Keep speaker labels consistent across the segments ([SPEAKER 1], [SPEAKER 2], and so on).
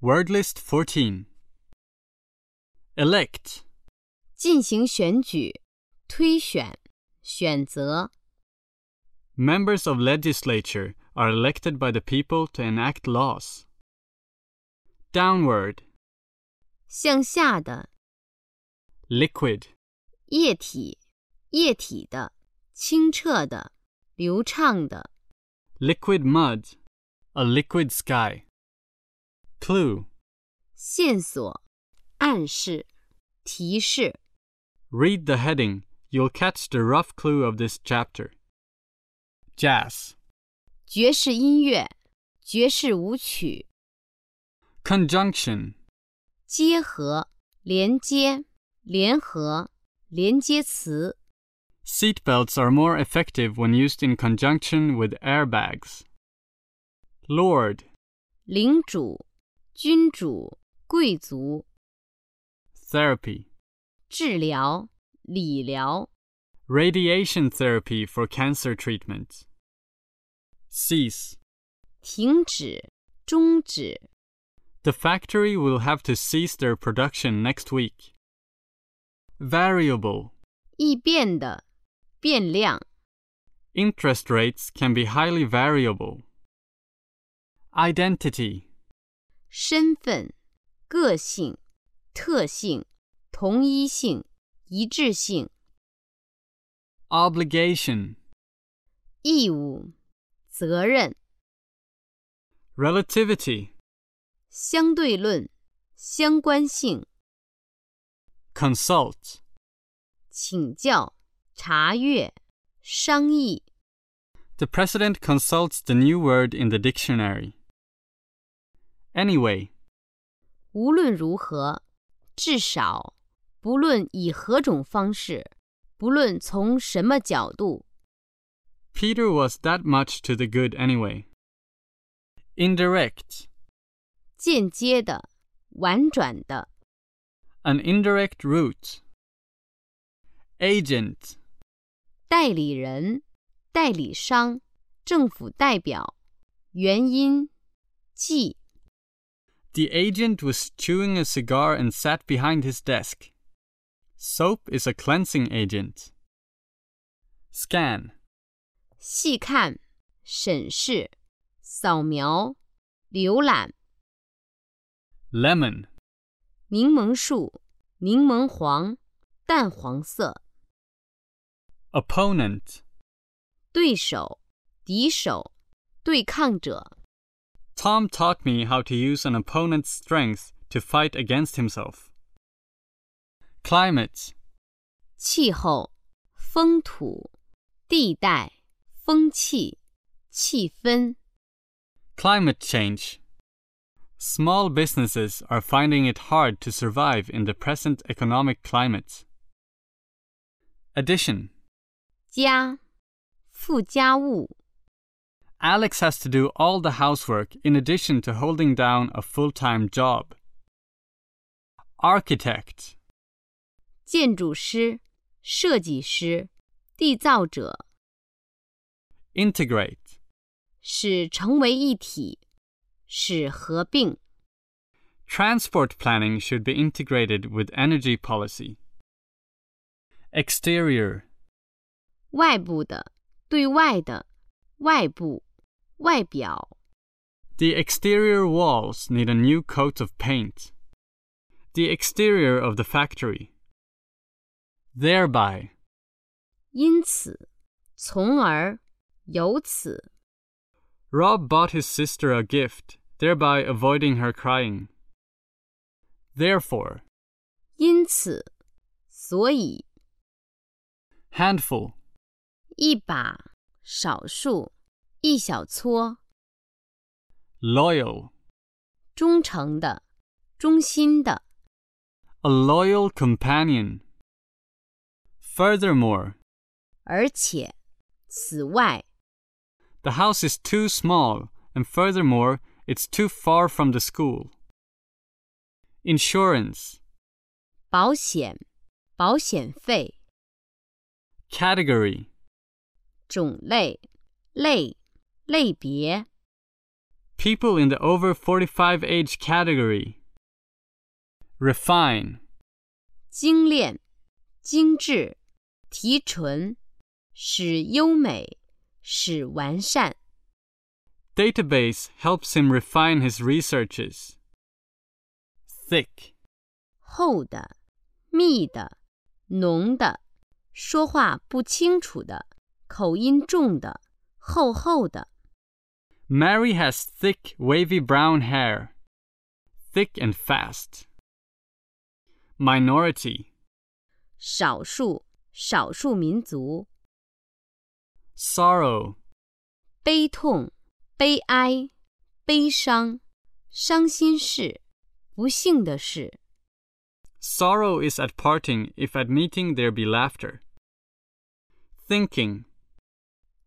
[SPEAKER 1] Word list 14. Elect,
[SPEAKER 2] 进行选举、推选、选择。
[SPEAKER 1] members of legislature are elected by the people to enact laws. Downward,
[SPEAKER 2] 向下的、
[SPEAKER 1] liquid,
[SPEAKER 2] 液体、液体的、清澈的、流畅的。
[SPEAKER 1] liquid mud, a liquid sky. Clue,
[SPEAKER 2] 线索、暗示、提示。
[SPEAKER 1] read the heading, you'll catch the rough clue of this chapter. Jazz,
[SPEAKER 2] 爵士音乐、爵士舞曲、
[SPEAKER 1] conjunction,
[SPEAKER 2] 结合、连接、联合、连接词。
[SPEAKER 1] Seatbelts are more effective when used in conjunction with airbags. Lord,
[SPEAKER 2] 领主、君主、贵族、
[SPEAKER 1] therapy.
[SPEAKER 2] 治疗、理疗、
[SPEAKER 1] Radiation therapy for cancer treatment. Cease.
[SPEAKER 2] 停止、终止。
[SPEAKER 1] The factory will have to cease their production next week. Variable.
[SPEAKER 2] 易变的、变量、
[SPEAKER 1] Interest rates can be highly variable. Identity.
[SPEAKER 2] 身份、个性、特性、同一性、一致性、
[SPEAKER 1] Obligation.
[SPEAKER 2] 义务、责任、
[SPEAKER 1] Relativity.
[SPEAKER 2] 相对论、相关性、
[SPEAKER 1] Consult.
[SPEAKER 2] 请教、查阅、商议、
[SPEAKER 1] The president consults the new word in the dictionary. Anyway,
[SPEAKER 2] 无论如何，至少，不论以何种方式，不论从什么角度，
[SPEAKER 1] Peter was that much to the good anyway. Indirect.
[SPEAKER 2] 间接的、婉转的、
[SPEAKER 1] An indirect route. Agent.
[SPEAKER 2] 代理人、代理商、政府代表、原因、即
[SPEAKER 1] The agent was chewing a cigar and sat behind his desk. Soap is a cleansing agent. Scan.
[SPEAKER 2] 细看、审视、扫描、浏览、
[SPEAKER 1] Lemon.
[SPEAKER 2] 柠檬树、柠檬黄、淡黄色、
[SPEAKER 1] Opponent.
[SPEAKER 2] 对手、敌手、对抗者。
[SPEAKER 1] Tom taught me how to use an opponent's strength to fight against himself. Climate.
[SPEAKER 2] 气候、风土、地带、风气、气氛、
[SPEAKER 1] Climate change. Small businesses are finding it hard to survive in the present economic climate. Addition.
[SPEAKER 2] 加、附加物、
[SPEAKER 1] Alex has to do all the housework in addition to holding down a full time job. Architect.
[SPEAKER 2] 建筑师、设计师、缔造者，
[SPEAKER 1] Integrate.
[SPEAKER 2] 使成为一体，使合并。
[SPEAKER 1] Transport planning should be integrated with energy policy. Exterior.
[SPEAKER 2] 外部的、对外的、外部、外表、
[SPEAKER 1] The exterior walls need a new coat of paint. The exterior of the factory. Thereby,
[SPEAKER 2] 因此、从而、由此。
[SPEAKER 1] Rob bought his sister a gift, thereby avoiding her crying. Therefore,
[SPEAKER 2] 因此，所以
[SPEAKER 1] handful,
[SPEAKER 2] 一把，少数，一小撮，
[SPEAKER 1] loyal.
[SPEAKER 2] 忠诚的，忠心的，
[SPEAKER 1] A loyal companion. Furthermore,
[SPEAKER 2] 而且，此外，
[SPEAKER 1] the house is too small, and furthermore, it's too far from the school. Insurance.
[SPEAKER 2] 保险，保险费，
[SPEAKER 1] Category.
[SPEAKER 2] 种类，类，类别，
[SPEAKER 1] People in the over 45 age category. Refine.
[SPEAKER 2] 精炼、精致、提纯、使优美、使完善。
[SPEAKER 1] Database helps him refine his researches. Thick.
[SPEAKER 2] 厚的、密的、浓的，说话不清楚的，口音重的，厚厚的。
[SPEAKER 1] Mary has thick, wavy brown hair. Thick and fast. Minority.
[SPEAKER 2] 少数少数民族
[SPEAKER 1] Sorrow.
[SPEAKER 2] 悲痛、悲哀、悲伤、伤心事、不幸的事。
[SPEAKER 1] Sorrow is at parting, if at meeting there be laughter. Thinking.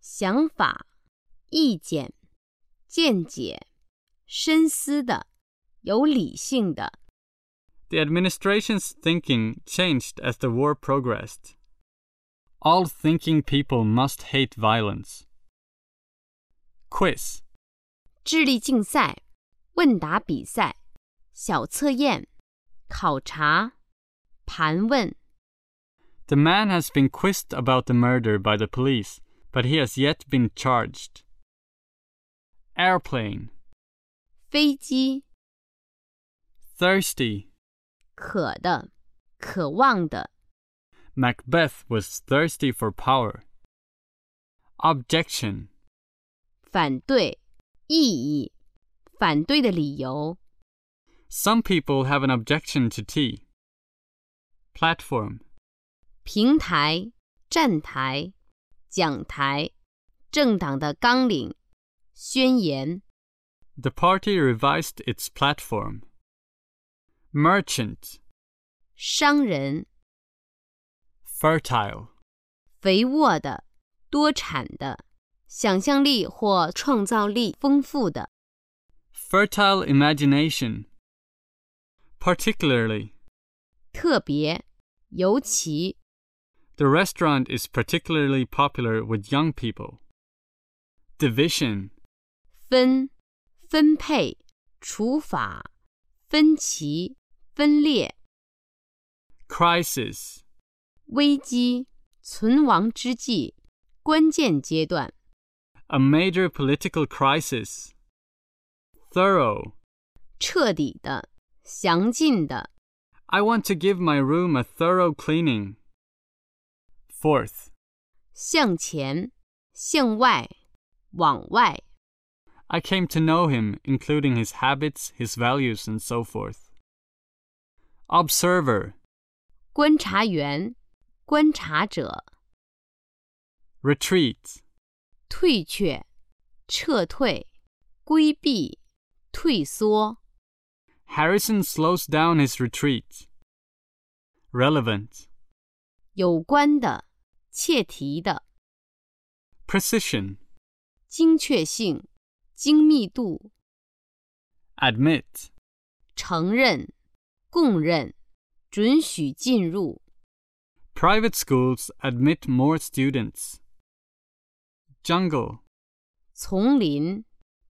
[SPEAKER 2] 想法、意见、见解、深思的、有理性的。
[SPEAKER 1] The administration's thinking changed as the war progressed. All thinking people must hate violence. Quiz.
[SPEAKER 2] 智力竞赛、问答比赛、小测验、考察、盘问。
[SPEAKER 1] The man has been quizzed about the murder by the police, but he has yet been charged. Airplane.
[SPEAKER 2] 飞机
[SPEAKER 1] Thirsty.
[SPEAKER 2] 渴的、渴望的、
[SPEAKER 1] Macbeth was thirsty for power. Objection.
[SPEAKER 2] 反对、异议、反对的理由。
[SPEAKER 1] Some people have an objection to tea. Platform.
[SPEAKER 2] 平台、站台、讲台、政党的纲领、宣言、
[SPEAKER 1] The party revised its platform. Merchant.
[SPEAKER 2] 商人、
[SPEAKER 1] Fertile.
[SPEAKER 2] 肥沃的、多产的、想象力或创造力丰富的、
[SPEAKER 1] Fertile imagination. Particularly.
[SPEAKER 2] 特别、尤其、
[SPEAKER 1] The restaurant is particularly popular with young people. Division.
[SPEAKER 2] 分、分配、除法、分歧、分裂、
[SPEAKER 1] Crisis.
[SPEAKER 2] 危机、存亡之际、关键阶段、
[SPEAKER 1] A major political crisis. Thorough.
[SPEAKER 2] 彻底的、详尽的、
[SPEAKER 1] I want to give my room a thorough cleaning. Fourth,
[SPEAKER 2] 向前、向外、往外。
[SPEAKER 1] I came to know him, including his habits, his values, and so forth. Observer,
[SPEAKER 2] 观察员、观察者、
[SPEAKER 1] retreat,
[SPEAKER 2] 退却、撤退、规避、退缩、
[SPEAKER 1] Harrison slows down his retreat. Relevant,
[SPEAKER 2] 有关的、切题的、
[SPEAKER 1] precision,
[SPEAKER 2] 精确性、精密度、
[SPEAKER 1] admit,
[SPEAKER 2] 承认、供认、准许进入、
[SPEAKER 1] private schools admit more students. Jungle,
[SPEAKER 2] 丛林、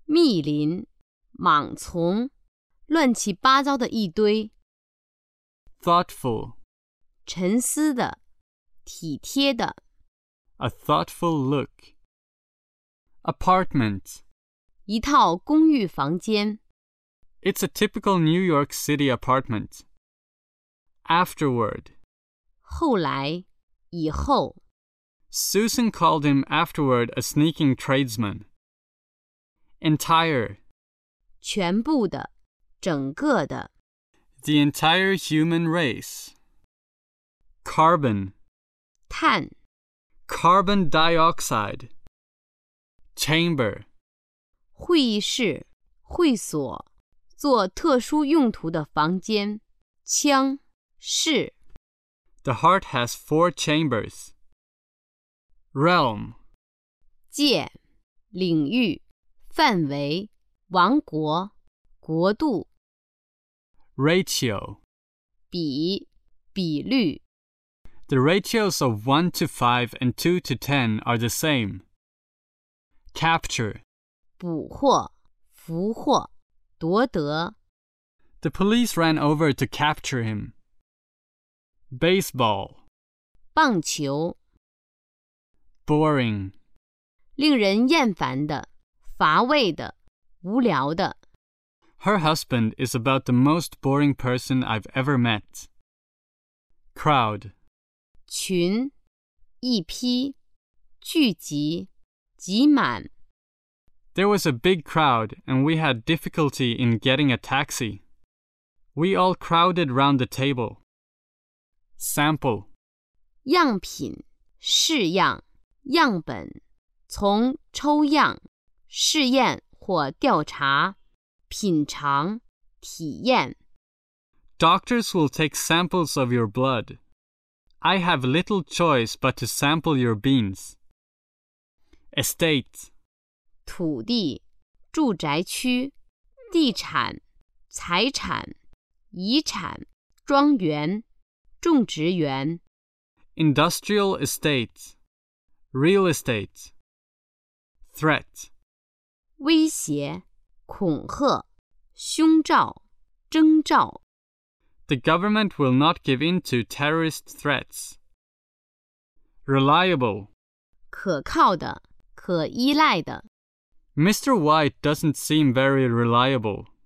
[SPEAKER 2] 密林、莽丛，乱七八糟的一堆，
[SPEAKER 1] thoughtful,
[SPEAKER 2] 沉思的、体贴的、
[SPEAKER 1] a thoughtful look. Apartment,
[SPEAKER 2] 一套公寓房间。
[SPEAKER 1] It's a typical New York City apartment. Afterward.
[SPEAKER 2] 后来、以后、
[SPEAKER 1] Susan called him afterward a sneaking tradesman. Entire.
[SPEAKER 2] 全部的、整个的、
[SPEAKER 1] The entire human race. Carbon.
[SPEAKER 2] 碳、
[SPEAKER 1] Carbon dioxide. Chamber.
[SPEAKER 2] 会议室、会所、做特殊用途的房间、枪、室、
[SPEAKER 1] The heart has four chambers. Realm.
[SPEAKER 2] 界、领域、范围、王国、国度、
[SPEAKER 1] Ratio.
[SPEAKER 2] 比、比率、
[SPEAKER 1] The ratios of 1 to 5 and 2 to 10 are the same. Capture.
[SPEAKER 2] 捕获、俘俘获、夺得。
[SPEAKER 1] The police ran over to capture him. Baseball.
[SPEAKER 2] 棒球，
[SPEAKER 1] Boring.
[SPEAKER 2] 令人厌烦的、乏味的、无聊的。
[SPEAKER 1] Her husband is about the most boring person I've ever met. Crowd.
[SPEAKER 2] 群，一批，聚集，挤满。
[SPEAKER 1] There was a big crowd, and we had difficulty in getting a taxi. We all crowded round the table. Sample.
[SPEAKER 2] 样品、试样、样本，从抽样、试验或调查、品尝、体验。
[SPEAKER 1] Doctors will take samples of your blood. I have little choice but to sample your beans. Estate.
[SPEAKER 2] 土地、住宅区、地产、财产、遗产、庄园、种植园、
[SPEAKER 1] Industrial estate. Real estate. Threat.
[SPEAKER 2] 威胁、恐吓、胸罩、征兆、
[SPEAKER 1] The government will not give in to terrorist threats. Reliable.
[SPEAKER 2] 可靠的、可依赖的。
[SPEAKER 1] Mr. White doesn't seem very reliable.